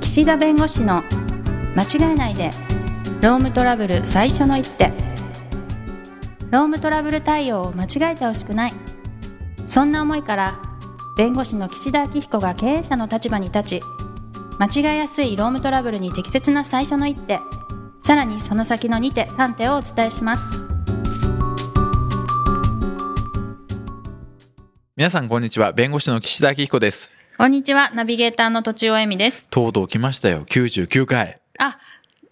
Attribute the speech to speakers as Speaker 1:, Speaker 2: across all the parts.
Speaker 1: 岸田弁護士の間違えないでロームトラブル最初の一手ロームトラブル対応を間違えてほしくないそんな思いから弁護士の岸田明彦が経営者の立場に立ち間違えやすいロームトラブルに適切な最初の一手さらにその先の2手3手をお伝えします
Speaker 2: 皆さんこんにちは弁護士の岸田明彦です
Speaker 1: こんにちはナビゲーターのとちおえみです
Speaker 2: とうとう来ましたよ99回
Speaker 1: あ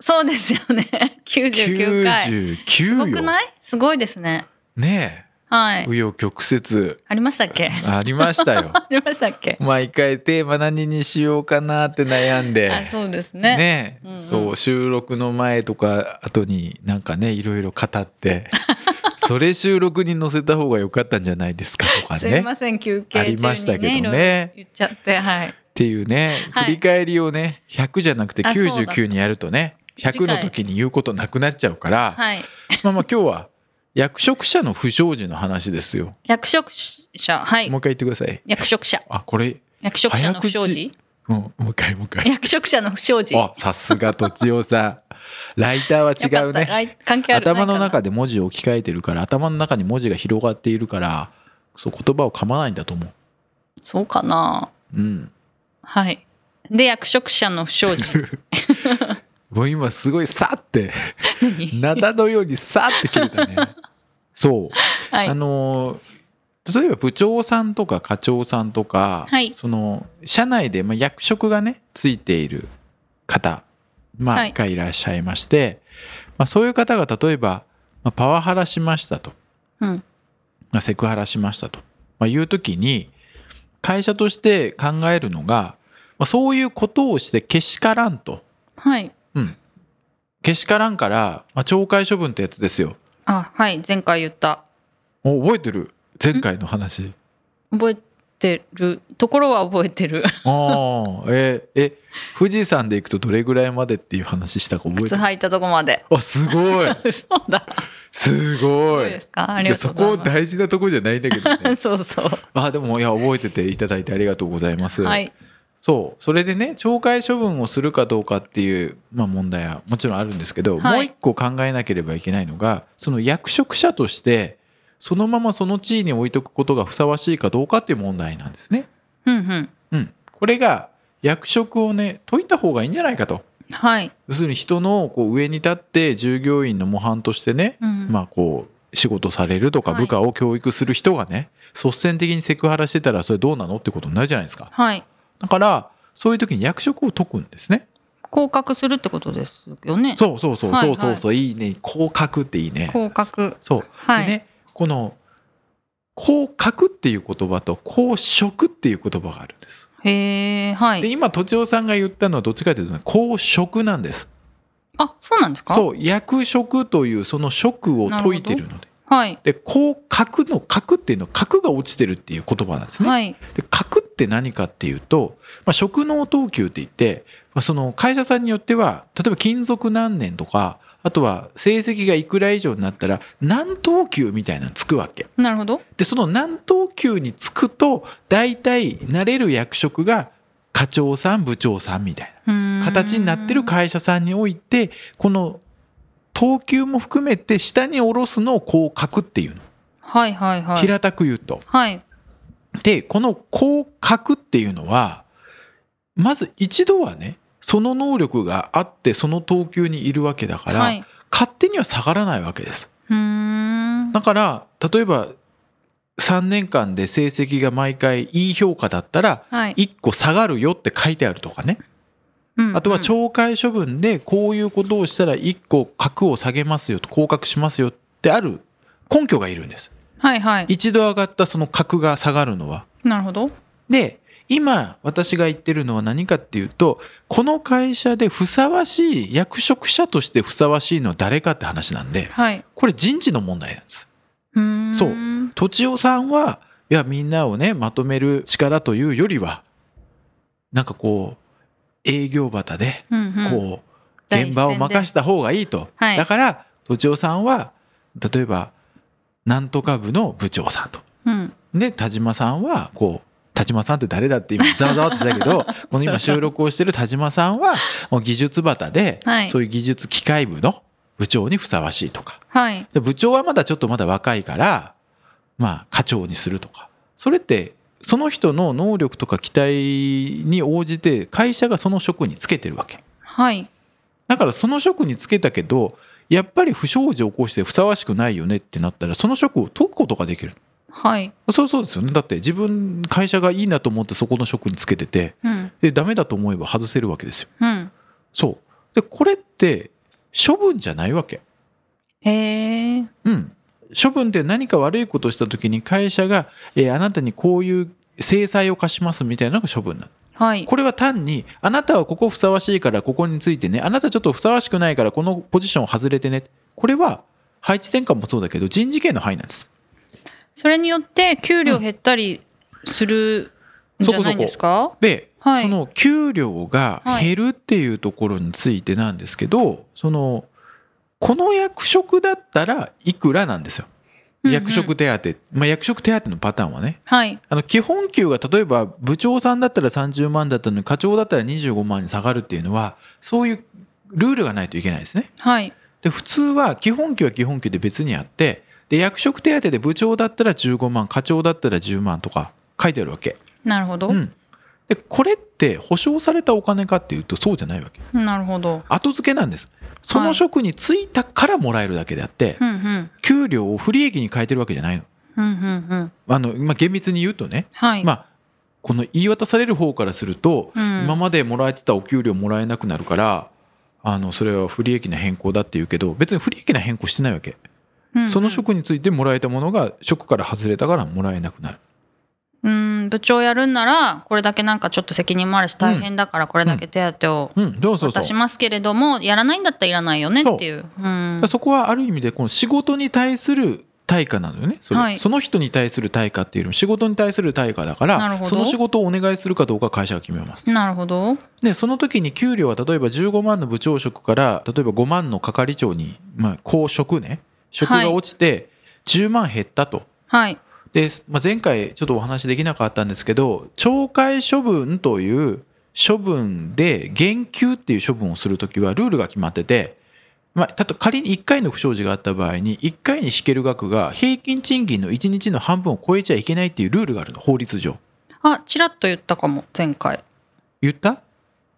Speaker 1: そうですよね 99回す
Speaker 2: 99
Speaker 1: ご
Speaker 2: よ
Speaker 1: くないすごいですね
Speaker 2: ね
Speaker 1: は
Speaker 2: え
Speaker 1: い
Speaker 2: 紆余曲折
Speaker 1: ありましたっけ
Speaker 2: ありました よ
Speaker 1: ありましたっけ
Speaker 2: 毎回テーマ何にしようかなって悩んで
Speaker 1: あそうですね
Speaker 2: ねえ
Speaker 1: うんうん
Speaker 2: そう収録の前とか後になんかねいろいろ語って それ収録に載せた方が良かったんじゃないですかとか
Speaker 1: すい
Speaker 2: ね
Speaker 1: ません休憩
Speaker 2: あ
Speaker 1: 中に
Speaker 2: り
Speaker 1: ね
Speaker 2: ましたけ
Speaker 1: い
Speaker 2: ど
Speaker 1: ろいろ
Speaker 2: ね
Speaker 1: 言っちゃってはい
Speaker 2: っていうね、
Speaker 1: はい
Speaker 2: 振り返りをね100じゃなくて
Speaker 1: あそうだ
Speaker 2: 99にやるとね100の時に言うことなくなっちゃうから、
Speaker 1: はい
Speaker 2: まあまあ今日は役職者の不祥事の話ですよ。
Speaker 1: 役職者はい
Speaker 2: もう一回言ってください。
Speaker 1: 役職者
Speaker 2: あこれ、
Speaker 1: 役職者の不祥事
Speaker 2: うん、もう一回もう一回。
Speaker 1: 役職者の不祥事
Speaker 2: あさすがとちおさん。ライターは
Speaker 1: よ
Speaker 2: 違
Speaker 1: か
Speaker 2: う
Speaker 1: った
Speaker 2: ね。
Speaker 1: 来関係ある
Speaker 2: 頭の
Speaker 1: ないか
Speaker 2: 中で文字を置き換えてるから頭の中に文字が広がっているからそう言葉を噛まないんだと思
Speaker 1: なそうかな
Speaker 2: う。うん。
Speaker 1: はいで役職者の不祥事
Speaker 2: もう今すごいさって
Speaker 1: 何
Speaker 2: 灘のようにさって切れた ね。そう。
Speaker 1: はい
Speaker 2: あのー例えば部長さんとか課長さんとか、
Speaker 1: はい
Speaker 2: その社内でまあ役職がねついている方、ま
Speaker 1: は
Speaker 2: あ、
Speaker 1: い
Speaker 2: がいらっしゃいまして、まあ、そういう方が例えば、まあ、パワハラしましたと、
Speaker 1: うん
Speaker 2: まあ、セクハラしましたと、まあ、いう時に会社として考えるのが、まあ、そういうことをしてけしからんと
Speaker 1: はい
Speaker 2: けしからんから、まあ、懲戒処分ってやつですよ。
Speaker 1: あはい前回言った
Speaker 2: お覚えてる前回の話。
Speaker 1: 覚えてるところは覚えてる
Speaker 2: ああ、え、え、富士山で行くとどれぐらいまでっていう話したか覚え
Speaker 1: 靴
Speaker 2: てる。
Speaker 1: 履いたとこまで
Speaker 2: あ、すごい、
Speaker 1: そうだ
Speaker 2: す
Speaker 1: そ
Speaker 2: ご
Speaker 1: う
Speaker 2: い。
Speaker 1: ですかありがとうご
Speaker 2: いやそこ
Speaker 1: ざい
Speaker 2: 大事なとこじゃないんだけど
Speaker 1: ま
Speaker 2: ね。
Speaker 1: す そうそう
Speaker 2: あ、でもいや覚えてていただいてありがとうございます。
Speaker 1: はい
Speaker 2: そう、それでね、懲戒処分をするかどうかっていうまあ問題はもちろんあるんですけど、
Speaker 1: はい
Speaker 2: もう一個考えなければいけないのが、その役職者としてそのままその地位に置いとくことがふさわしいかどうかっていう問題なんですね。
Speaker 1: うんうん
Speaker 2: うん、これが役職をね解いた方がいいんじゃないかと。
Speaker 1: はい、
Speaker 2: 要するに人のこう上に立って従業員の模範としてね、
Speaker 1: うん
Speaker 2: まあこう仕事されるとか
Speaker 1: はい
Speaker 2: 部下を教育する人がね、率先的にセクハラしてたらそれどうなのってことになるじゃないですか
Speaker 1: はい
Speaker 2: だからそういう時に役職を解くんですね
Speaker 1: 降格するってことですよね
Speaker 2: そうそうそう
Speaker 1: はい
Speaker 2: そうそ
Speaker 1: はい
Speaker 2: うそう、い、いね降格っていいね
Speaker 1: 降格
Speaker 2: そう、
Speaker 1: はい、
Speaker 2: でねこの降格っていう言葉と降職っていう言葉があるんです
Speaker 1: へえは
Speaker 2: で
Speaker 1: い
Speaker 2: 今とちおさんが言ったのはどっちかというとね降職なんです
Speaker 1: あそうなんですか
Speaker 2: そう役職というその職を解いてるので
Speaker 1: はい
Speaker 2: で、こう角の角っていうのは角が落ちてるっていう言葉なんですね。
Speaker 1: はい
Speaker 2: で、角って何かっていうと、まあ、職能等級って言って、まあ、その会社さんによっては、例えば勤続何年とか、あとは成績がいくら以上になったら何等級みたいなのつくわけ。
Speaker 1: なるほど
Speaker 2: で、その何等級につくと、大体なれる役職が課長さん、部長さんみたいな。
Speaker 1: うーん
Speaker 2: 形になってる会社さんにおいてこの等級も含めて下に下ろすのをこう書くっていうの、
Speaker 1: はいはいはい
Speaker 2: 平たく言うと。
Speaker 1: はい
Speaker 2: でこのこう書くっていうのはまず一度はねその能力があってその等級にいるわけだから、
Speaker 1: はい
Speaker 2: 勝手には下がらないわけです。
Speaker 1: うーん
Speaker 2: だから例えば3年間で成績が毎回いい評価だったら
Speaker 1: はい
Speaker 2: 1個下がるよって書いてあるとかねあとは
Speaker 1: ょ
Speaker 2: 懲戒処分でこういうことをしたら1個格を下げますよと降格しますよってある根拠がいるんです
Speaker 1: はいはい
Speaker 2: 一度上がったその格が下がるのは
Speaker 1: なるほど
Speaker 2: で今私が言ってるのは何かっていうとこの会社でふさわしい役職者としてふさわしいのは誰かって話なんで
Speaker 1: はい
Speaker 2: これ人事の問題なんです
Speaker 1: うーん
Speaker 2: そうとちおさんはいやみんなをねまとめる力というよりはなんかこう営業旗で
Speaker 1: うんうん
Speaker 2: こう、
Speaker 1: 第一線で
Speaker 2: 現場を任した方がいいと、
Speaker 1: はい
Speaker 2: だから土地さんは例えばなんとか部の部長さんと
Speaker 1: うん
Speaker 2: で田島さんはこう田島さんって誰だって今ざわざわってしたけ どこの今収録をしてる田島さんはもう技術端で、
Speaker 1: はい
Speaker 2: そういう技術機械部の部長にふさわしいとか
Speaker 1: はい。
Speaker 2: で部長はまだちょっとまだ若いからまあ課長にするとかそれってその人の能力とか期待に応じて会社がその職につけてるわけ
Speaker 1: はい。
Speaker 2: だからその職につけたけどやっぱり不祥事を起こしてふさわしくないよねってなったらその職を解くことができる
Speaker 1: はい。
Speaker 2: そうそうですよねだって自分会社がいいなと思ってそこの職につけてて
Speaker 1: うん。
Speaker 2: でダメだと思えば外せるわけですよ
Speaker 1: うん。
Speaker 2: そうでこれって処分じゃないわけ
Speaker 1: へえ。
Speaker 2: うん、処分で何か悪いことをした時に会社が、えーあなたにこういう制裁を課しますみたいなのが処分なの
Speaker 1: はい。
Speaker 2: これは単にあなたはここふさわしいからここについてねあなたちょっとふさわしくないからこのポジションを外れてねこれは配置転換もそうだけど人事権の範囲なんです
Speaker 1: それによって給料減ったりするんじゃないんですか？
Speaker 2: で、
Speaker 1: はい
Speaker 2: その給料が減るっていうところについてなんですけど、そのこの役職だったらいくらなんですよ
Speaker 1: うんうん
Speaker 2: 役職手当、まあ、役職手当のパターンはね
Speaker 1: はい。
Speaker 2: あの基本給が例えば部長さんだったら30万だったのに課長だったら25万に下がるっていうのはそういうルールがないといけないですね。
Speaker 1: はい。
Speaker 2: で普通は基本給は基本給で別にあってで役職手当で部長だったら15万課長だったら10万とか書いてあるわけ。
Speaker 1: なるほど
Speaker 2: う。ん、でこれって保証されたお金かっていうとそうじゃないわけ
Speaker 1: なるほど。
Speaker 2: 後付けなんです。その職に就いたからもらえるだけであって
Speaker 1: うんうん
Speaker 2: 給料を不利益に変えてるわけじゃないの。
Speaker 1: うんうんうん。
Speaker 2: あのまあ、厳密に言うとね
Speaker 1: はい。
Speaker 2: まあこの言い渡される方からすると、
Speaker 1: うん
Speaker 2: 今までもらえてたお給料もらえなくなるからあのそれは不利益な変更だって言うけど別に不利益な変更してないわけ、
Speaker 1: うんうん
Speaker 2: その職についてもらえたものが職から外れたからもらえなくなる
Speaker 1: うん部長やるんならこれだけなんかちょっと責任もあるし大変だからこれだけ手当を
Speaker 2: うんそうそうそ
Speaker 1: 渡
Speaker 2: う
Speaker 1: しますけれどもやらないんだったらいらないよねっていう。うん
Speaker 2: そこはある意味でこの仕事に対する対価なのよねそれ、
Speaker 1: はい
Speaker 2: その人に対する対価っていうよりも仕事に対する対価だか
Speaker 1: なるほ
Speaker 2: ら
Speaker 1: ど
Speaker 2: その仕事をお願いするかどうか会社が決めます
Speaker 1: なるほど。
Speaker 2: でその時に給料は例えば15万の部長職から例えば5万の係長に、まあ、公職ね職が落ちて10万減ったと。
Speaker 1: はい。
Speaker 2: で、まあ、前回ちょっとお話できなかったんですけど懲戒処分という処分で減給っていう処分をする時はルールが決まってて、まあ、たと仮に1回の不祥事があった場合に1回に引ける額が平均賃金の1日の半分を超えちゃいけないっていうルールがあるの法律上。
Speaker 1: あちらっと言ったかも前回。
Speaker 2: 言った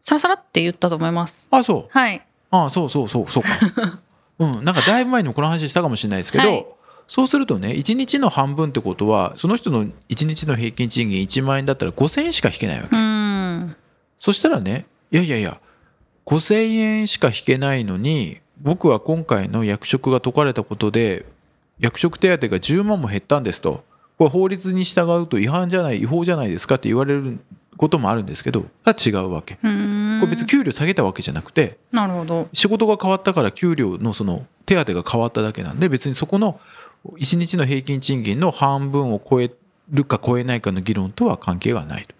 Speaker 1: さらさらって言ったと思います。
Speaker 2: あそう。
Speaker 1: はい。
Speaker 2: ああそうそうそうそうか うんなんかだいぶ前にもこの話したかもしれないですけど、
Speaker 1: はい
Speaker 2: そうするとね1日の半分ってことはその人の1日の平均賃金1万円だったら5,000円しか引けないわけ、
Speaker 1: うん。
Speaker 2: そしたらねいやいやいや5,000円しか引けないのに僕は今回の役職が解かれたことで役職手当が10万も減ったんですとこれ法律に従うと違反じゃない違法じゃないですかって言われることもあるんですけどが違うわけ
Speaker 1: うん。
Speaker 2: これ別に給料下げたわけじゃなくて、
Speaker 1: なるほど。
Speaker 2: 仕事が変わったから給料のその手当が変わっただけなんで別にそこの1日の平均賃金の半分を超えるか超えないかの議論とは関係がないと。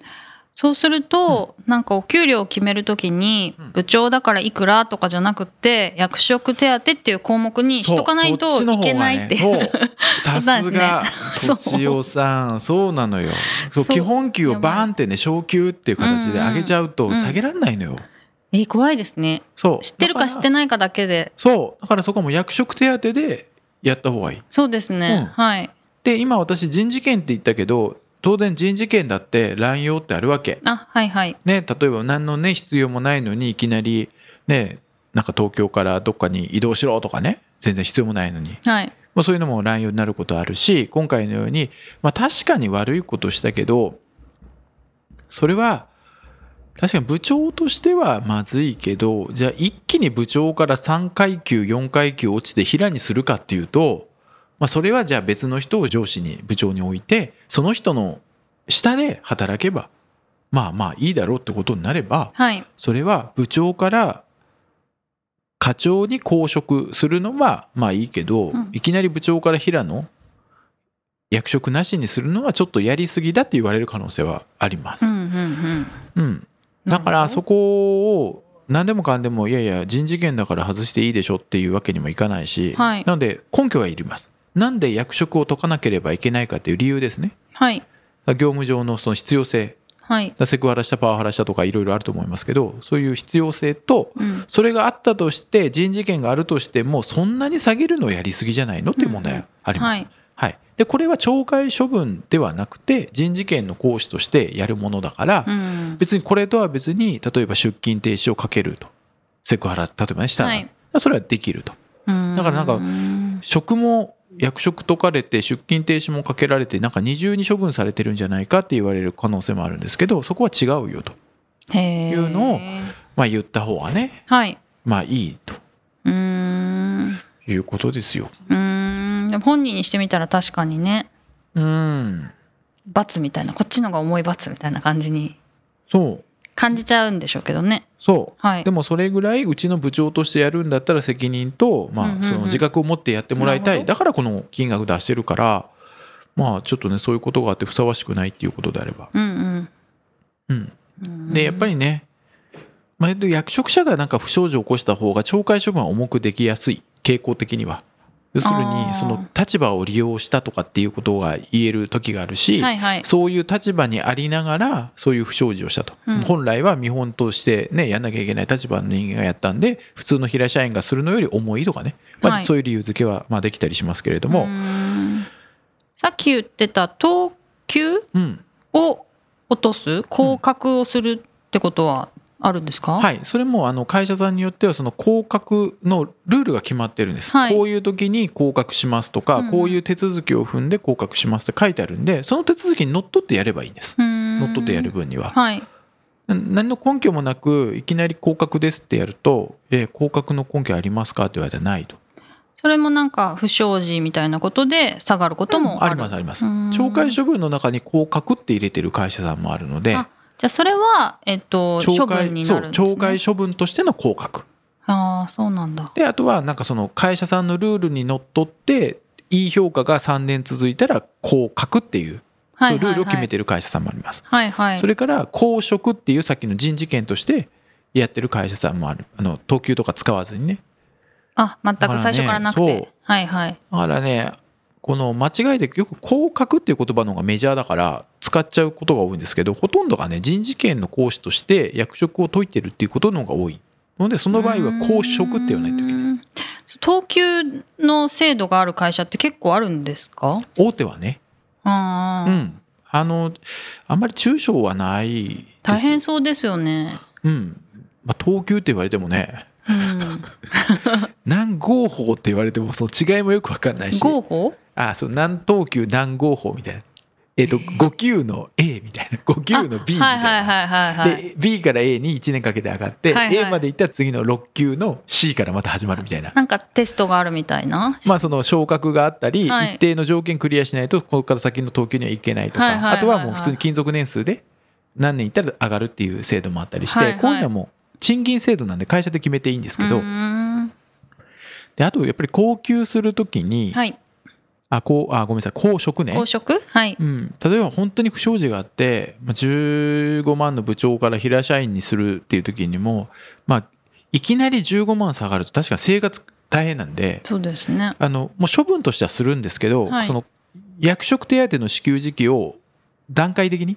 Speaker 1: そうすると、なんかお給料を決めるときに、
Speaker 2: うん
Speaker 1: 部長だからいくらとかじゃなくって役職手当っていう項目にしとかないといけないっていう
Speaker 2: そうそっちの方がね そうさすが
Speaker 1: そう
Speaker 2: 土地さんそうなのよそう
Speaker 1: そう
Speaker 2: 基本給をバーンってね昇給っていう形で上げちゃう
Speaker 1: う
Speaker 2: と
Speaker 1: んうん
Speaker 2: 下げられないのよ、
Speaker 1: え怖いですね
Speaker 2: そう
Speaker 1: 知ってるか知って
Speaker 2: ない
Speaker 1: ないかだけで
Speaker 2: そうだからそこはもう役職手当でやった方がいい
Speaker 1: そうですね、
Speaker 2: うん
Speaker 1: はい
Speaker 2: で今私人事権って言ったけど当然人事権だって乱用ってあるわけ、
Speaker 1: あはいはい
Speaker 2: ね、例えば何のね必要もないのにいきなりねなんか東京からどっかに移動しろとかね全然必要もないのに、
Speaker 1: はい
Speaker 2: まあ、そういうのも乱用になることあるし今回のように、まあ、確かに悪いことしたけどそれは確かに部長としてはまずいけどじゃあ一気に部長から3階級4階級落ちて平にするかっていうと、まあ、それはじゃあ別の人を上司に部長に置いてその人の下で働けばまあまあいいだろうってことになれば
Speaker 1: はい
Speaker 2: それは部長から課長に公職するのはまあいいけど、
Speaker 1: うん
Speaker 2: いきなり部長から平野役職なしにするのはちょっとやりすぎだって言われる可能性はあります
Speaker 1: うん。うんうん
Speaker 2: うん、だからそこを何でもかんでもいやいや人事権だから外していいでしょっていうわけにもいかないし、
Speaker 1: はい
Speaker 2: なので根拠はいります。なんで役職を解かなければいけないかっていう理由ですね。
Speaker 1: はい
Speaker 2: 業務上のその必要性
Speaker 1: はい。
Speaker 2: セクハラしたパワハラしたとかいろいろあると思いますけどそういう必要性と
Speaker 1: うん。
Speaker 2: それがあったとして人事権があるとしてもそんなに下げるのはやりすぎじゃないのっていう問題があります。
Speaker 1: はい。
Speaker 2: はい、でこれは懲戒処分ではなくて人事権の行使としてやるものだから、
Speaker 1: うん。
Speaker 2: 別にこれとは別に例えば出勤停止をかけるとセクハラ例えばねしたら、
Speaker 1: はい
Speaker 2: それはできると
Speaker 1: だ
Speaker 2: だからなんか
Speaker 1: ん
Speaker 2: 職も役職解かれて出勤停止もかけられてなんか二重に処分されてるんじゃないかって言われる可能性もあるんですけどそこは違うよと、
Speaker 1: へ
Speaker 2: いうのを
Speaker 1: ー
Speaker 2: まあ、言った方がね
Speaker 1: はい。
Speaker 2: まあいいと
Speaker 1: うーん。
Speaker 2: いうことですよ。
Speaker 1: うーん。でも本人にしてみたら確かにね、
Speaker 2: うん
Speaker 1: 罰みたいな、こっちのが重い罰みたいな感じに
Speaker 2: そう
Speaker 1: 感じちゃうんでしょうけどね。
Speaker 2: そう
Speaker 1: はい
Speaker 2: で。もそれぐらいうちの部長としてやるんだったら責任と、
Speaker 1: うんうん
Speaker 2: ま
Speaker 1: うん
Speaker 2: あ、その自覚を持ってやってもらいた
Speaker 1: なる
Speaker 2: い
Speaker 1: ほ
Speaker 2: だからこの金額出してるからまあちょっとねそういうことがあってふさわしくないっていうことであれば。
Speaker 1: うん
Speaker 2: うん、
Speaker 1: うん。
Speaker 2: でやっぱ
Speaker 1: り、
Speaker 2: りね、まあ、えっと役職者がなんか不祥事を起こした方が懲戒処分は重くできやすい傾向的には。要する
Speaker 1: あー
Speaker 2: にその立場を利用したとかっていうことが言える時があるし、
Speaker 1: はいはい。
Speaker 2: そういう立場にありながらそういう不祥事をしたと、
Speaker 1: うん
Speaker 2: 本来は見本としてねやんなきゃいけない立場の人間がやったんで普通の平社員がするのより重いとかね、ま
Speaker 1: は
Speaker 2: あ、
Speaker 1: い
Speaker 2: そういう理由付けはまあできたりしますけれども、
Speaker 1: うーんさっき言ってた等級
Speaker 2: うん
Speaker 1: を落とす降格をするってことはあるんですか、、
Speaker 2: はいい、それもあの会社さんによってはその降格のルールが決まってるんです、
Speaker 1: はい
Speaker 2: こういう時に降格しますとか、
Speaker 1: うん
Speaker 2: こういう手続きを踏んで降格しますって書いてあるんでその手続きにのっとってやればいいんです、
Speaker 1: 乗
Speaker 2: のっとってやる分には。
Speaker 1: はい
Speaker 2: 何の根拠もなくいきなり降格ですってやると「えー降格の根拠ありますか?」って言われたらないと
Speaker 1: それもなんか不祥事みたいなことで下がることもあ
Speaker 2: あ
Speaker 1: る、
Speaker 2: りますあります
Speaker 1: うん
Speaker 2: 懲戒処分の中に降格って入れてる会社さんもあるので
Speaker 1: あじゃあそれはえっと処
Speaker 2: 懲
Speaker 1: 分
Speaker 2: 戒
Speaker 1: に
Speaker 2: そ
Speaker 1: な
Speaker 2: う
Speaker 1: るんです、ね、
Speaker 2: 懲戒処分としての降格
Speaker 1: ああそうなんだ
Speaker 2: であとはなんかその会社さんのルールにのっとっていい評価が3年続いたら降格っていうそういうルールを決めてる会社さんもあります
Speaker 1: はいはい
Speaker 2: それから公職っていうさっきの人事権としてやってる会社さんもあるあの等級とか使わずにね
Speaker 1: あ全
Speaker 2: だか
Speaker 1: く
Speaker 2: らね
Speaker 1: 最初からなくて、
Speaker 2: そう
Speaker 1: はいはい
Speaker 2: だからねこの間違いでよく「降格」っていう言葉の方がメジャーだから使っちゃうことが多いんですけどほとんどがね人事権の行使として役職を解いてるっていうことの方が多いのでその場合は「公職」って言わないといけない
Speaker 1: い等級の制度がある会社って結構あるんですか
Speaker 2: 大手はね
Speaker 1: あ
Speaker 2: う
Speaker 1: あ、
Speaker 2: んあのあんまり中小はないです
Speaker 1: 大変そうですよね、
Speaker 2: うんまあ等級って言われてもね
Speaker 1: うん、
Speaker 2: 何合法って言われてもその違いもよく分かんないし
Speaker 1: 合法
Speaker 2: あそう何等級何合法みたいなえっ、と5級の A みたいな5級の B みた
Speaker 1: はいい
Speaker 2: な、
Speaker 1: はいはいはいはい
Speaker 2: で B から A に1年かけて上がって、
Speaker 1: はいはい
Speaker 2: A まで行ったら次の6級の C からまた始まるみたいな。
Speaker 1: なんかテストがあるみたいな、
Speaker 2: まあ、その昇格があったり、
Speaker 1: はい
Speaker 2: 一定の条件クリアしないとここから先の等級には行けないとか、
Speaker 1: はいはいはいはい
Speaker 2: あとはもう普通に勤続年数で何年いったら上がるっていう制度もあったりして、
Speaker 1: はいはい
Speaker 2: こういうのはもう賃金制度なんで会社で決めていいんですけど、
Speaker 1: うーん
Speaker 2: であとやっぱり降給するときに、
Speaker 1: はい
Speaker 2: あこうあごめんなさい公職ね
Speaker 1: 公職はい
Speaker 2: うん、例えば本当に不祥事があってまあ15万の部長から平社員にするっていう時にも、まあ、いきなり15万下がると確かに生活大変なんで
Speaker 1: そうですね
Speaker 2: あのもう処分としてはするんですけど、
Speaker 1: はい
Speaker 2: その役職手当の支給時期を段階的に、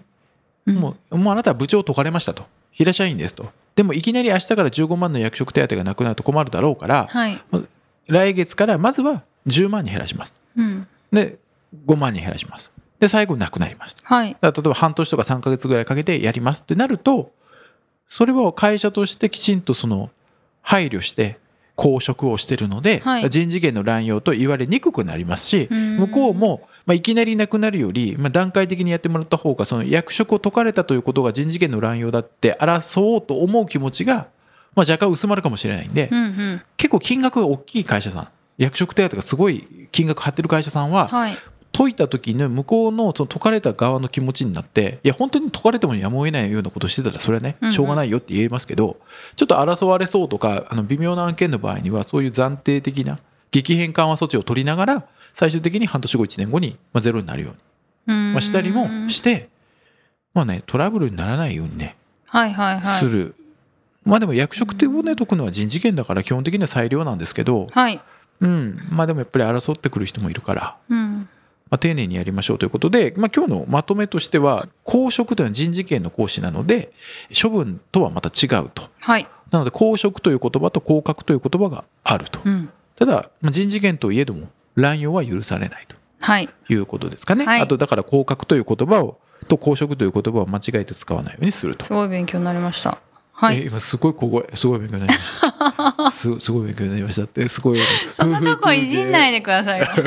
Speaker 1: うん
Speaker 2: もうもうあなたは部長を解かれましたと平社員ですとでもいきなり明日から15万の役職手当がなくなると困るだろうから
Speaker 1: はい、
Speaker 2: 来月からまずは10万に減らします
Speaker 1: うん、
Speaker 2: で5万に減らしますで最後なくなります
Speaker 1: はい
Speaker 2: だから例えば半年とか3ヶ月ぐらいかけてやりますってなるとそれは会社としてきちんとその配慮して公職をしてるので、
Speaker 1: はい
Speaker 2: 人事権の乱用と言われにくくなりますし、向
Speaker 1: 向
Speaker 2: こうも、まあ、いきなりなくなるより、まあ、段階的にやってもらった方がその役職を解かれたということが人事権の乱用だって争おうと思う気持ちが、まあ、若干薄まるかもしれないんで、
Speaker 1: うんうん
Speaker 2: 結構金額が大きい会社さん役職手当がすごい金額張ってる会社さんは、
Speaker 1: はい
Speaker 2: 解いた時の向こうのその解かれた側の気持ちになっていや本当に解かれてもやむを得ないようなことしてたらそれはね
Speaker 1: うんうん
Speaker 2: しょうがないよって言えますけど、ちょっと争われそうとかあの微妙な案件の場合にはそういう暫定的な激変緩和措置を取りながら最終的に半年後1年後にまあゼロになるように、
Speaker 1: ま
Speaker 2: まあ、したりもして、まあね、トラブルにならないようにね
Speaker 1: はいはいはい
Speaker 2: する。まあでも役職っていうものを解くのは人事権だから基本的には裁量なんですけど、
Speaker 1: はい
Speaker 2: うん、まあでもやっぱり争ってくる人もいるから
Speaker 1: うん
Speaker 2: まあ、丁寧にやりましょうということで、まあ、今日のまとめとしては公職というのは人事権の行使なので処分とはまた違うと
Speaker 3: はい。
Speaker 2: なので公職という言葉と降格という言葉があると
Speaker 3: うん。
Speaker 2: ただまあ人事権といえども乱用は許されないと
Speaker 3: はい。
Speaker 2: いうことですかね、
Speaker 3: はい
Speaker 2: あとだから降格という言葉をと公職という言葉を間違えて使わないようにすると
Speaker 3: すごい勉強になりました。は
Speaker 2: え
Speaker 3: い。
Speaker 2: 今すごい小声すごい勉強になり ました。すすごい勉強になりましたってすごい。
Speaker 3: そんなとこいじんない
Speaker 2: い。
Speaker 3: でくださいよ。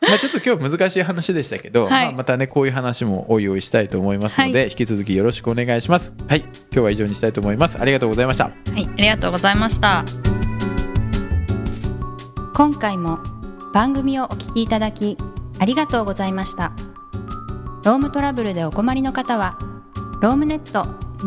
Speaker 2: まあちょっと今日難しい話でしたけど、
Speaker 3: はい
Speaker 2: まあまたねこういう話もおいおいしたいと思いますので、
Speaker 3: は
Speaker 2: 引き続きよろしくお願いします。はい、今日は以上にしたいと思います。ありがとうございました。
Speaker 3: はい、ありがとうございました。今回も番組をお聞きいただきありがとうございました。ロームトラブルでお困りの方は、ロームネット